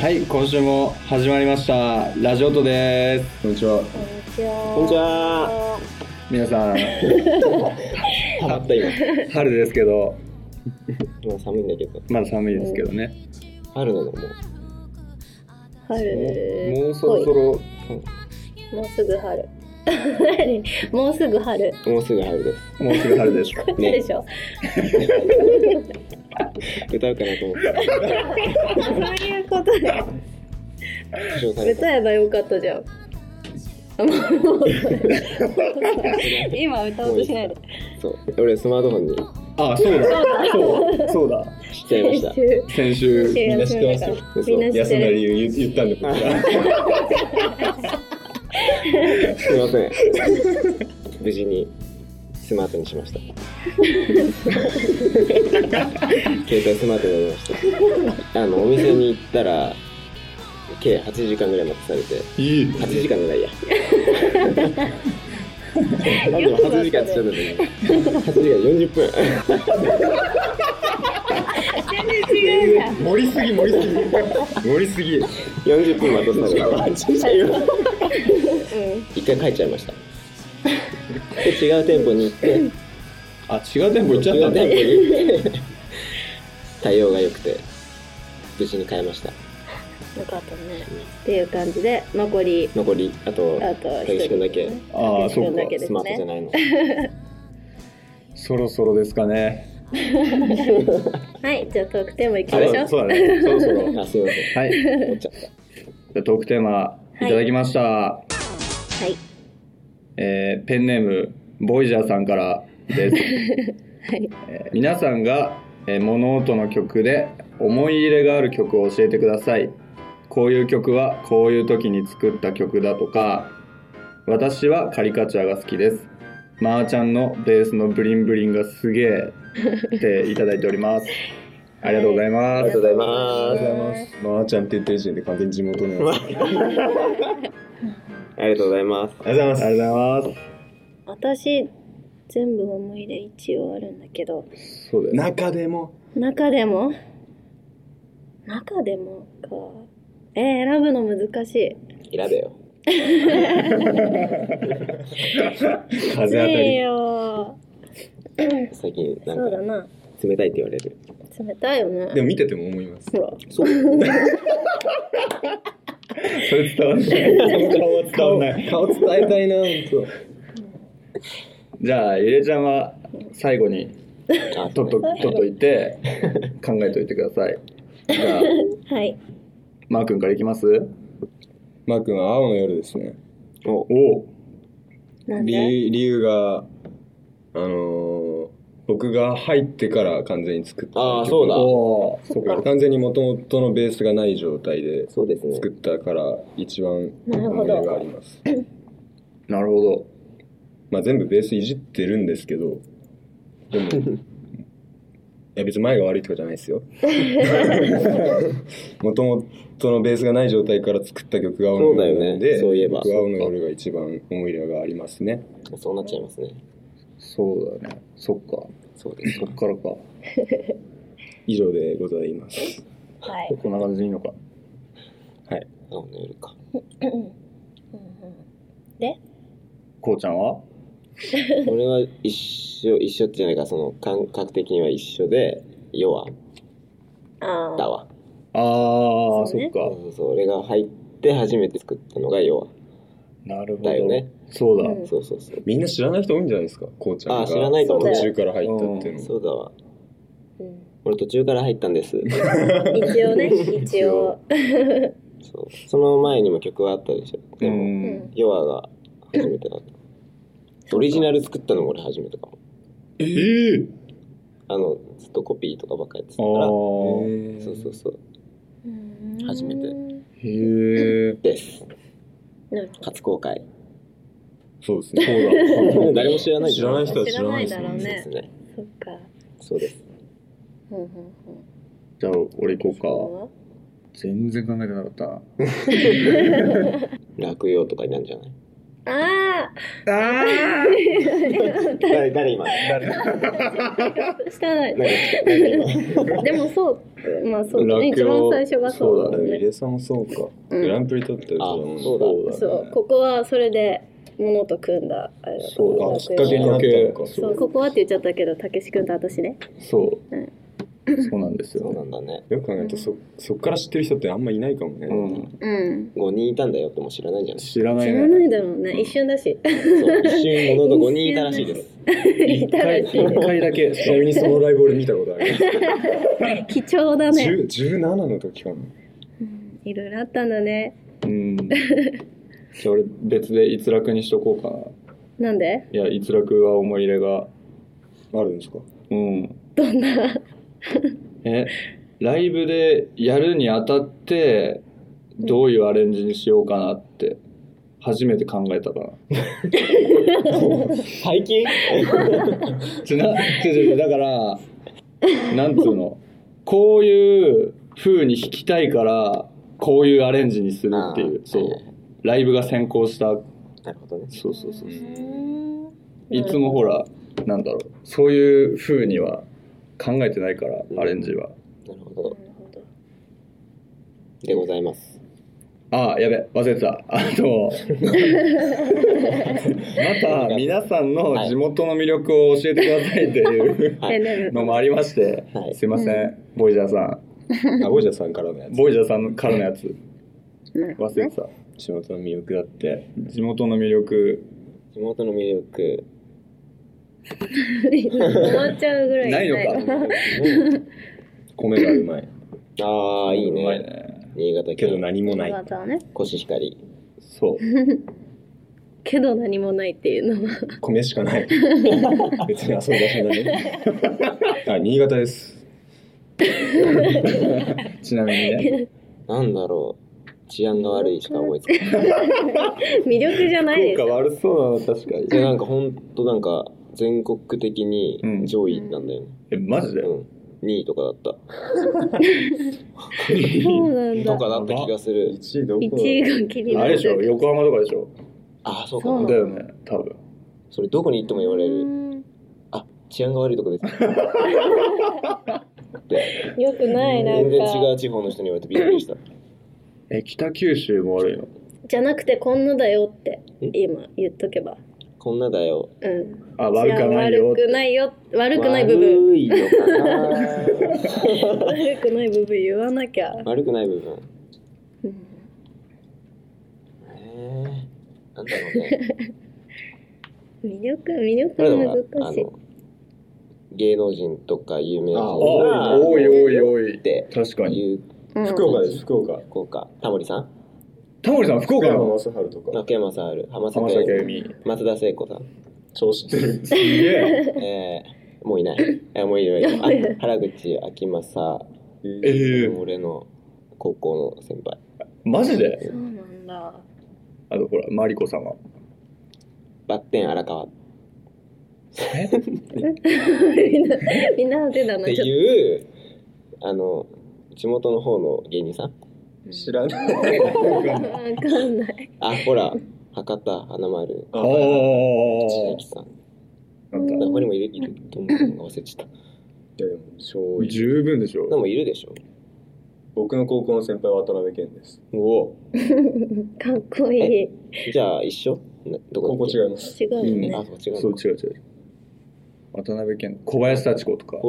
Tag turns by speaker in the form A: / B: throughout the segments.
A: はい、今週も始まりました。ラジオトです。こんにちは。
B: こんにちは。
C: こんに
A: 皆
C: ちは
A: さ ん、
C: たまった今
A: 春ですけど、
C: 今寒いんだけど
A: まだ寒いですけどね。
C: 春なのもう
B: 春
A: もうそろそろ、
B: もうすぐ春。何もうすぐ春。
C: もうすぐ春です
A: もうすぐ春です。
B: これでしょ。
C: 歌うかなと思った
B: そういうことで
C: ら受賞された
B: 歌えばよかったじゃん。あもう今歌おうとしないで。
C: そう俺スマートフォンに
A: あ、そうだ。そうだ。そうだ。
C: 知っちゃいました
A: 先週、
B: 先週
D: みんな知ってます
B: 休んだか。らみ
C: そう
D: よ
B: んな知っ
D: 休
B: て
D: んだ理
B: る。
D: 由言言ったんで僕が。
C: すいません無事にスマートにしました携帯スマートになりましたあのお店に行ったら計8時間ぐらい待たされて
A: いい。
C: 8時間じゃないや なんでも8時間って言っちゃったんだけど8時間40分
B: 違うじゃん。
A: 盛りすぎ、盛りすぎ。盛りすぎ。
C: 40分 待たされたから
B: う
C: 一回帰っちゃいましたで違う店舗に行って違う
A: あ、違う店舗行っちゃったね。
C: 店舗に行って対応が良くて無事に買えました
B: ん。よかったね。っていう感じで残り
C: 残りあと
B: あと
C: 武
B: 一
C: 志
B: 人
C: 君だけ
A: ああ、そ
B: 自
A: う
B: 分
A: か
B: だ。けですね
C: スマートじゃ ないの
A: そろそろですかね。
B: はい、じゃあトークテーマいき
C: あ
B: ま
C: れ
B: しょ
A: あそうだね。そろそろ。
C: あすいませ
A: はい。
C: ん思っちゃった
A: じゃあトークテーマいただきました。
B: う。はい。
A: えーペンネームボイジャーさんから です、
B: はい
A: えー皆さんが、えー物音の曲で思い入れがある曲を教えてくださいこういう曲はこういう時に作った曲だとか私はカリカチュアが好きですまー、ちゃんのベースのブリンブリンがすげえっていただいており ますありがとうございます、
C: りがとうございます
D: ありがとうございます。まあちゃんって言ってる時点で完全に地元の。ありがとう
C: ありがとうございます
D: ございま
A: ありがとう
D: す。
A: ございま
B: 私全部思い出一応あるんだけど
A: すそう です
D: 中でも
B: 中でも中でもかえー、選ぶの難しい
C: 選べよ
B: む
D: 風当
B: ず
D: た
B: い
D: り。
B: よ
C: 最近な
B: そうんだ
C: か
B: な
C: 冷たいって言われる
B: 冷たいよね
D: でも見てても思います。
B: ほら
C: そう
A: それ伝わんない 顔は伝わんない
D: 顔伝えたいな本
A: じゃあゆれちゃんは最後に
C: あ
A: とっととっとい て考えといてくださいじゃあ
B: はい
A: マー君からいきます
D: 当。マー君は青の夜ですね。
C: お
A: お
B: なん
D: 理
B: で
D: 由理由があのー僕が入ってから完全に作った。
C: あーそうだ
A: おーそっか
D: 完全に元々のベースがない状態で
C: そうですね
D: 作ったから一番
B: なる
D: 思
B: ほ
D: い
B: ど
D: 出があります。
A: なるほ
D: まあ、全部ベースいじってるんですけど でもいや別に前が悪いとかじゃないですよ もともとのベースがない状態から作った曲が青の夜なので
C: そうだよねそういえば
D: 僕は青の夜が一番思い入れがありますね
C: そうなっちゃいますね
A: どそうだねそっか
C: そうです
A: そっからか
D: 以上でございます
B: はい
A: こんな感じでいいのか
C: 青の夜か
B: うんうん
A: こうちゃんは
C: 俺は一緒一緒っていうのがその感覚的には一緒で要は
B: あ
C: だ
B: あ
C: わ
A: あー
B: そう
A: そ
B: ね
A: っか
C: そうそうそう俺が入って初めて作ったのが要は
A: なるほど
C: だよね
A: そうだ
B: うん
C: そうそうそう
D: みんな知らない人多いんじゃないですかこうちゃんが
C: あ知らないかも
B: そうだ
D: 途
B: よ
D: 中から入ったっていうの
C: そうだわ
B: うん
C: 俺途中から入ったんです
B: 一応ね一
D: 一
B: 応
D: 応
C: そうその前にも曲はあったでしょ
A: う
C: でも
B: うん
A: ん
C: 要はが初めてだったオリジナル作ったのも俺初めてかも
A: えー
C: あのずっとコピーとかばっかやってた
A: あ
C: から
A: ー
D: へー
C: そうそうそう
B: うん
C: 初め
A: へ
C: て
A: え
C: です
B: なんか
C: 初公開
D: そうですね
A: そう だ
C: 誰も知らない
D: 知らない人は知らない
B: 知らない
C: そう
B: だろ
C: ですね
B: そっか
C: そうです
B: うんうんうん
A: じゃあ俺行こうか全然考えてなかったな
C: 落葉とかになるんじゃない
B: あ
A: あ
B: ー
C: 誰誰今なんか
D: 誰
B: してない
C: 来た誰今
B: でもそうまあそうだね
A: 落
B: 一
A: 葉
B: 番最初がそうだ
A: そうだ
B: ね
D: 入江さんもそうか。
B: うん
D: グランプリ取ったよ
C: あ
D: 子供
C: そうだ
B: そうここはそれで物と組んだあれだと思
A: そう
D: あ
A: だ
D: きっかけになったのか。
B: そうここはって言っちゃったけどたけし君と私ね
A: そう、
B: うん
A: そうなんです
C: そうな
A: よ、
C: んだね
D: よく考えるとそそっから知ってる人ってあんまいないかもね。
A: うん、
B: うん
C: 5人いたんだよっても知らないんじ ゃない
A: 知らな
B: 知
A: い
B: らないだろうね一瞬だし
C: そう一瞬物と5人いたらしいです
B: い
A: 一
B: たら
A: 回
B: し
A: 一 回だけ
D: ちなみにそのライブ俺見たことある。
B: い貴重だね、
D: 十十七の時かな。
B: うん、いろいろあったんだね
A: うんじゃあ俺別で逸落にしとこうかな
B: なんで
A: いや逸落は思い入れが
D: あるんです か。
A: うんどんなえライブでやるにあたってどういうアレンジにしようかなって初めて考えたかな
C: 最 近
A: ちなちょちょだからなんつうのこういう風に弾きたいからこういうアレンジにするっていう
C: あー
A: そう
C: はいはいは
A: ライブが先行した
C: なるほどね
A: そうそうそう
D: う
A: いつもほらなんだろうそういう風には考えてないからアレンジは
C: なるほ
B: な
C: ど
B: るほど
C: でございます
A: ああやべ忘れてたあのまた皆さんの地元の魅力を教えてくださいっていう
C: はい
B: えな
A: のもありまして
C: はい
A: すいませんボイジャーさん
D: あボイジャーさんからのやつ。
A: ボイジャーさんからのやつ
B: なるほ
A: 忘
B: ど
A: れ
B: ね
A: てた
D: 地元の魅力だって。
A: 地元の魅力
C: 地元の魅 力
B: 終わっちゃうぐらい
A: ないの
B: 痛
A: か
D: 米がう まい。
C: ああいいう
A: まい
C: ね
A: ね
C: 新潟
D: けど
C: 県
D: 何もない。
B: よかったね
C: コシヒカリ
A: そう
B: けど何もないっていうのは
D: 米しかない。別に遊ぶ場所 だね。あ新潟です。
A: ちなみにね
C: なんだろう治安が悪いしか思いつかない
B: 魅力じゃないです
A: 効果悪そうだな確か
C: で
A: に
C: なんかほんとなんか全国的に上位なんだよね、
A: えマジ
C: う
A: で
C: ん2位とかだった
B: そうなん
C: と
B: だ
C: かだった気がする
D: 一位ど
B: 1位が気にな
A: あ
B: る
A: れでしょ横浜とかでしょ
C: ああそうか
B: そう
C: な
B: なん
A: だよね多分
C: それどこに行っても言われる
B: うん
C: あ治安が悪いとこですって
B: よくないなん
C: 全然違
B: か
C: う地方の人に言われてびっく りした
A: え北九州も悪いの
B: じゃなくてこんなだよって今言っとけば
C: こんなだよ
B: うん
A: あ悪くはないよ
B: 悪くないよ悪くない部分
C: 悪いのか
B: 悪くない部分言わなきゃ
C: な悪くない部分
B: うん
C: えー、なんだろうね
B: 魅力魅
C: これで
B: 力
C: も
B: 難
C: あ
B: しい
C: の芸能人とか有名人
A: あ
C: が
A: 多い多い多い
C: って
A: 確かに
C: 言う
B: うん
D: 福岡です福岡。
C: こうかタモリさん
A: タモリさん福
D: 福
A: 岡
D: 岡
A: な
D: の
A: の
D: 正春とか。
C: 中山さんある浜
A: 浜崎あゆ
C: 崎
A: み
C: 松田聖子さん
D: 調子ってる。
A: すげえ
C: えー、もういない。えもういるよ。あ原口あきまさ、
A: えー
C: 俺の高校の先輩。
A: マジで
B: そうなんだ
A: あとほらマリコ様
C: バッテン荒川っ
B: みんなみんな手だな
C: て
B: ちょっ
C: いう、あの、地元の方の芸人さん。
D: 知らない。
B: とわかんない
C: あ、ほら、博多華丸、
A: ああ
C: 千秋さん。
A: なんか
B: うん
C: 他にもいるいると思うのが忘れちゃった。
D: いやでも小一
A: 十分でし
C: で
A: ょ
C: もいるでしょ。
D: 僕の高校の先輩は渡辺謙です。
C: お
B: かっこいい
C: じゃあ一緒などこ
D: 高校
C: だっけ
D: 違い ます。
B: 違うよね
A: うん
C: あ、そう違うのか。
A: そう違う違う渡辺謙小林幸子とか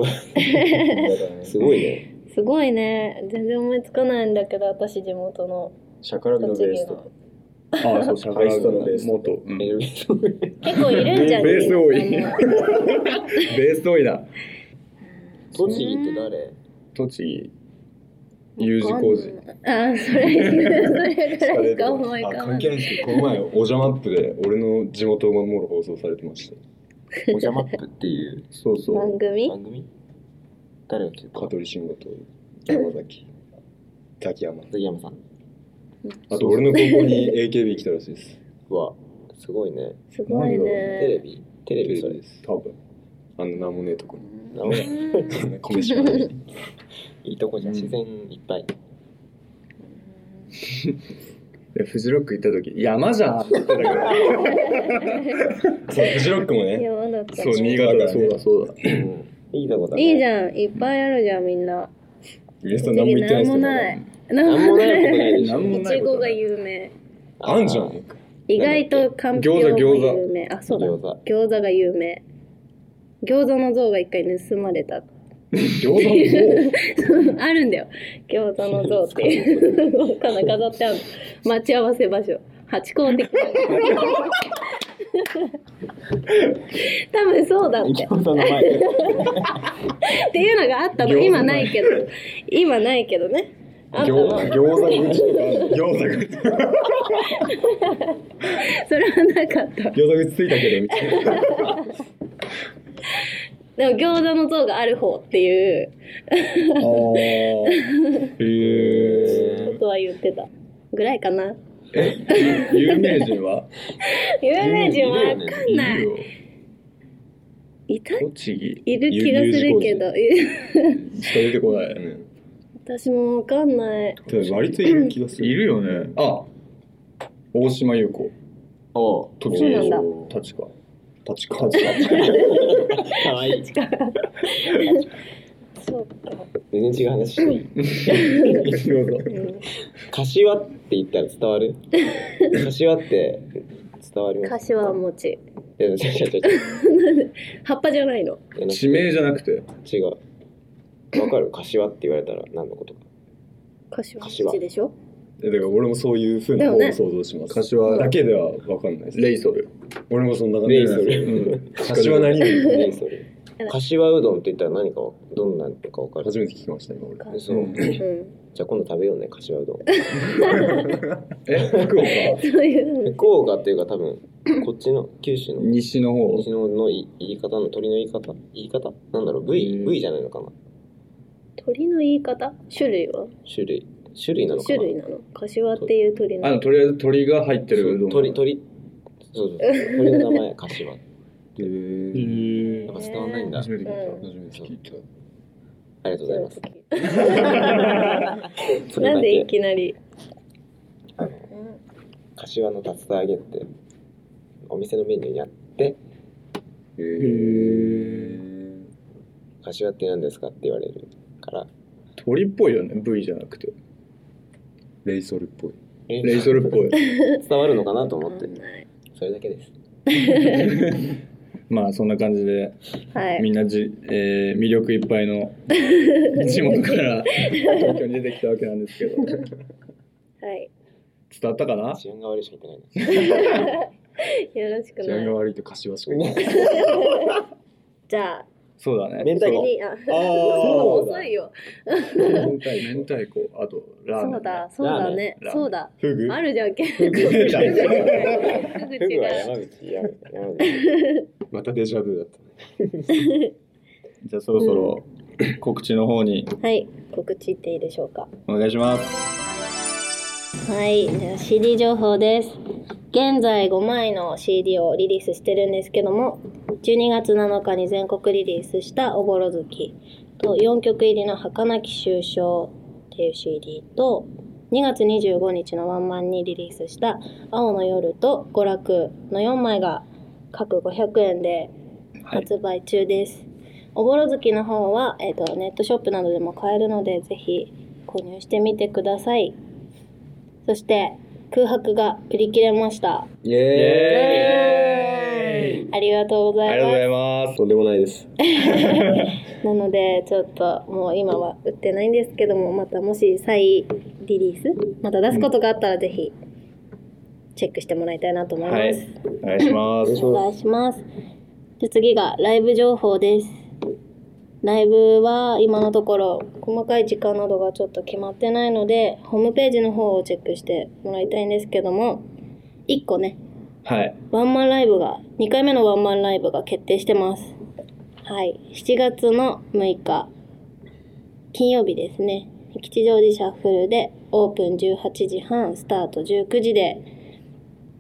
C: すごいね。
B: すごいね全然思いつかないんだけど私地元の
D: シャカラビのベースとか。
A: ああそう社会人の
D: ベース
A: 元うん
C: え
A: ベ
B: 結構いるんじゃん
A: ベース多い
B: あの
A: ース多いな
C: 栃木って誰
A: 栃木 U 字工事
B: あそれそれぐらいしか思い浮
D: あ
B: かば
D: 関
B: ない
D: 係ないんですけど、この前、おじゃマップで俺の地元がもろ放送されてました。
C: お邪魔ップっていう
A: そうそう
B: 番組
C: 番組誰が来てた
D: 香取慎吾と山崎、滝山。
C: 杉山さん
D: あと俺の高校に AKB 来たらしいです。
C: はすごいね。
B: すごい
C: テレ
B: ね
C: ビテレビそれ。
D: す。多分。あんななんもねえとこに。
C: なおい
B: うん
D: 米しかない。
C: いとこじゃん
A: うん
C: 自然いっぱい。
A: でフジロック行った時山じゃんって言ってたけど
D: そうフジロックもね
B: 山だっ た
A: そう
D: 地
A: 新
D: 元だ
A: 潟
D: から
A: だそ
D: ね
A: うだそうだ
C: いいとこだね。
B: いいじゃんいっぱいあるじゃんみんな
D: ウエスト何も言ってないですけどね
B: なん
C: なん
B: も
C: も
B: な
C: ないことない
B: い
C: でしょ。
A: なんも
B: い
A: ない
B: ち
A: こと
B: ご
A: な
B: が
A: い
B: 有名
D: あんじゃん
B: 意外とかんぴょう
A: 餃子
B: も
A: 餃子
B: 有名あそうだ
C: 餃子
B: 餃子が有名餃子の像が一回盗まれた
D: 餃子 も
B: あるんだよ餃子の像っていう わかんない飾ってある待ち合わせ場所八甲的 多分そうだって
C: 餃子の前 で。
B: っていうのがあったの
A: 餃子
B: 今ないけど今ないけどねあったの
A: 餃餃子口
D: 餃子が
B: それはなかった
D: 餃子口ついたけどみたいな
B: でも餃子の像がある方っていう
D: あーへ
B: ことは言ってたぐらいかな
A: え有名人は
B: 有名人わかんないい
A: るよ
B: いた
A: 栃木
B: いる気がするけど
D: えしか出てこないよね
B: 私もわかんない
D: ただ割といる気がする
A: いるよねあ大島優子
C: おう。
A: 栃
B: そうなんだ
A: 木立川
D: 立
A: 立川
C: かわいい。
B: そうか、
C: 全然違う話してる。
A: 餃子
B: うん、
C: 柏って言ったら伝わ る柏って伝わります
B: 柏餅
C: いや違う違う違う
B: 葉っぱじゃないの
C: いやなんか
A: 地名じゃなくて
C: 違うわかる柏って言われたら何のことか
B: 柏
C: 柏
B: 餅でしょ
D: えだから俺もそういうふうな方を想像します
A: 柏
D: だけでは分かんないです
A: レイソル
D: 俺もそんな感じ
C: レイソル
D: うん柏何々
C: 何それ柏うどんって言ったら何かどんなのかわかる
D: 初めて聞きました今俺
B: めて
C: そう、
A: うん
B: う
C: じ
B: ん
C: ゃあ今度食べようね柏うどん
A: え福岡
B: そういう
C: 福岡っていうか多 分こっちの九州の
A: 西の方
C: 西ののい言い方の鳥の言い方言い方なんだろう
A: う
C: V,
A: ん
C: v じゃないのかな
B: 鳥の言い方種類は
C: 種類種類なのか
B: 種
C: な
B: 類なの柏っていう鳥
A: あ
B: の
A: のとりあえず鳥が入ってるうどん
C: 鳥鳥そうそうそう鳥の名前柏やっ
A: へ
C: ぱ伝わんないんだ
A: 初めて聞いた、
B: うん
A: 初めて聞いた
C: ありがとうございます。それ
B: な
C: だ
B: んで
C: け
B: いきなり
C: あの柏の竜田揚げってお店のメニューにあって
D: へ
A: へ
C: 柏って何ですかって言われるから
A: 鳥っぽいよね V じゃなくて
D: レイソルっぽい
C: え
A: レイソルっぽい
C: 伝わるのかなと
B: わ
C: 思っ
B: か
C: て
B: んない
C: それだけです。
A: まあそんな感じで
B: はい
A: みんなじ、えー魅力いっぱいの地元から東京に出てきたわけなんですけど伝
B: はい
A: わったかな
C: 治安が悪いしか言ってないです。
B: よろしく
D: 治安
B: ね
D: が悪いと柏しかいない
B: じゃあ
A: そうだね
C: 明
B: そ
C: 太
B: れ
C: 子
B: にあ
A: あ
B: そう
A: ー
B: 遅いよ
A: 明太明太子あとラーメン
B: そうだそうだね
A: ラーメン
B: そうだ
D: フグ
B: あるじゃんけん
A: フグだ
B: 各
C: フ
B: 地
C: グは
B: が
C: 山口山口山口。
D: またデジャブだった
A: じゃあそろそろ告知の方に
B: はい告知っていいでしょうか
A: お願いします
B: はい、じゃあ CD 情報です。現在5枚の CD をリリースしてるんですけども、12月7日に全国リリースしたおぼろ月と4曲入りの儚き終章っていう CD と、2月25日のワンマンにリリースした青の夜と娯楽の4枚が各500円で発売中です。おぼろ月の方は、えっ、と、ネットショップなどでも買えるので、ぜひ購入してみてください。そして空白が売り切れました。
D: イエ
B: ありがとうご
A: あ
B: ざ
A: りがとうござ
B: い
A: い
B: ま
A: ます
C: とんでもないです。
B: す。なのでちょっともう今は売ってないんですけども、またもし再リリースまた出すことがあったらぜひチェックしてもらいたいなと思います。
A: はいお願いします
B: お願いします。で次がライブ情報です。ライブは今のところ細かい時間などがちょっと決まってないのでホームページの方をチェックしてもらいたいんですけども1個ね
A: はい
B: ワンマンライブが、2回目のワンマンライブが決定してます。はい。7月の6日、金曜日ですね。吉祥寺シャッフルで、オープン18時半、スタート19時で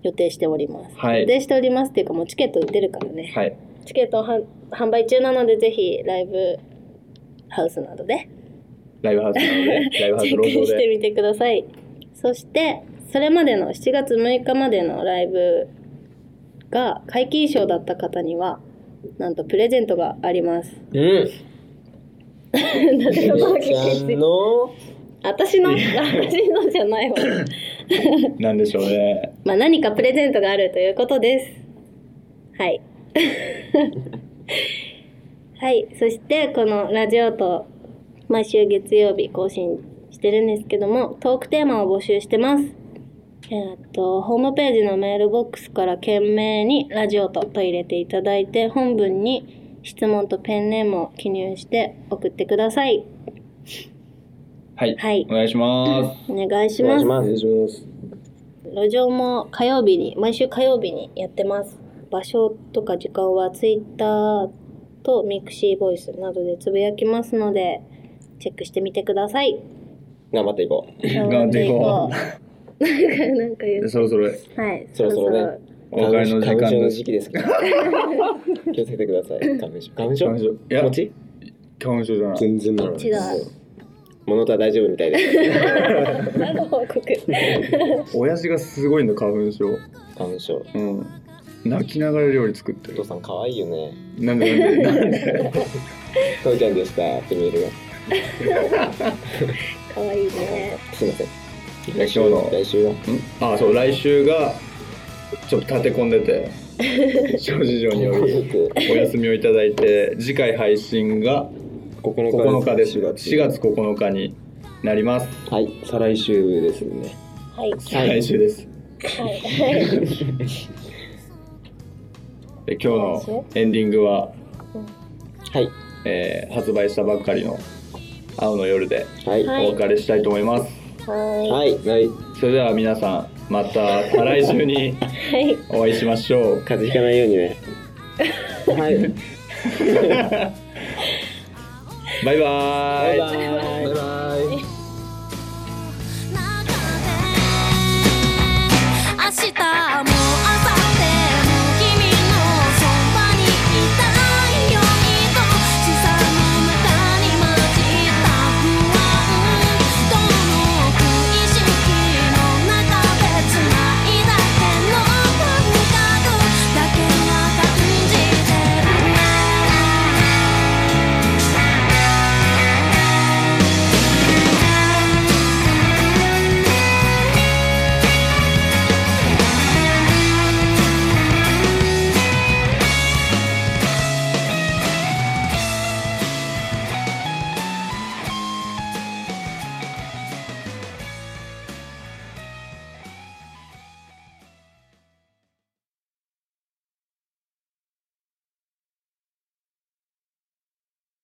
B: 予定しております。
A: はい
B: 予定しておりますっていうか、もうチケット売ってるからね。
A: はい
B: チケットは販売中なので、ぜひライブハウスなどで
A: ライブハウスなのでライブハウス
B: チェッ
A: 路
B: ク
A: 上
B: して
A: で
B: みてください。そしてそれまでの7月6日までのライブが皆勤賞だった方にはなんとプレゼントがあります。
C: うん。
B: だってそこだけ
C: ちゃんの
B: 私の私のじゃないわ。
A: なんでしょうね。
B: まあ何かプレゼントがあるということです。はい。はい。そして、このラジオと毎週月曜日更新してるんですけども、トークテーマを募集してます。えーっと、ホームページのメールボックスから懸命にラジオとと入れていただいて、本文に質問とペンネームを記入して送ってください。
A: はい。
B: はい
A: お願いします。
B: お願いし
C: お願
B: ま
C: い
B: す
C: し。ます
D: お願。いします
B: 路上も火曜日に毎週火曜日にやってます場所とか時間はツイッターとミクシーボイスなどでつぶやきますのでチェックしてみてください
C: 頑張っていこう。
B: 頑
A: 張ってい こう
B: うなんか言う
A: そろそろ
B: はい
C: そろそろね
A: お別れの時
C: 花粉
A: 間
C: 症の
A: です
C: 時。期ですから。 気をつけてください。花粉症。花粉症
A: 花粉症いや
C: 気持ち
A: 花粉症じゃない。
D: 全然ならない
B: 違う
C: 物とは大丈夫みたいです。
B: 何の報告
A: 親父がすごいんだ花粉症。
C: 花粉症。
A: うん。泣きながら料理作って
C: お
A: る
C: 父。さん可愛いよね。
A: なんでなんでなんで。
C: とうちゃんでしたって見えるよ。
B: かわいいね
C: すいません。
A: や今日の
C: 来週は。
A: んあ、そう来週がちょっと立て込んで て諸事情によりお休みをいただいて次回配信が9
C: 9
A: 日ですが4月9日になります。
C: はい。
D: 再来週ですね
B: はい
C: はい
A: 来週です。
B: はい
A: で今日のエンディングは、
C: はい。
A: えー発売したばっかりの「青の夜」で
C: はい。
B: は
A: お別れしたいと思います、
B: は
C: はい。
D: はい
A: それでは皆さんまた再来週に
B: いはい
A: お会いしましょう
C: 風邪ひかないようにね。 はい。
A: バイバーイ
C: バイバイ。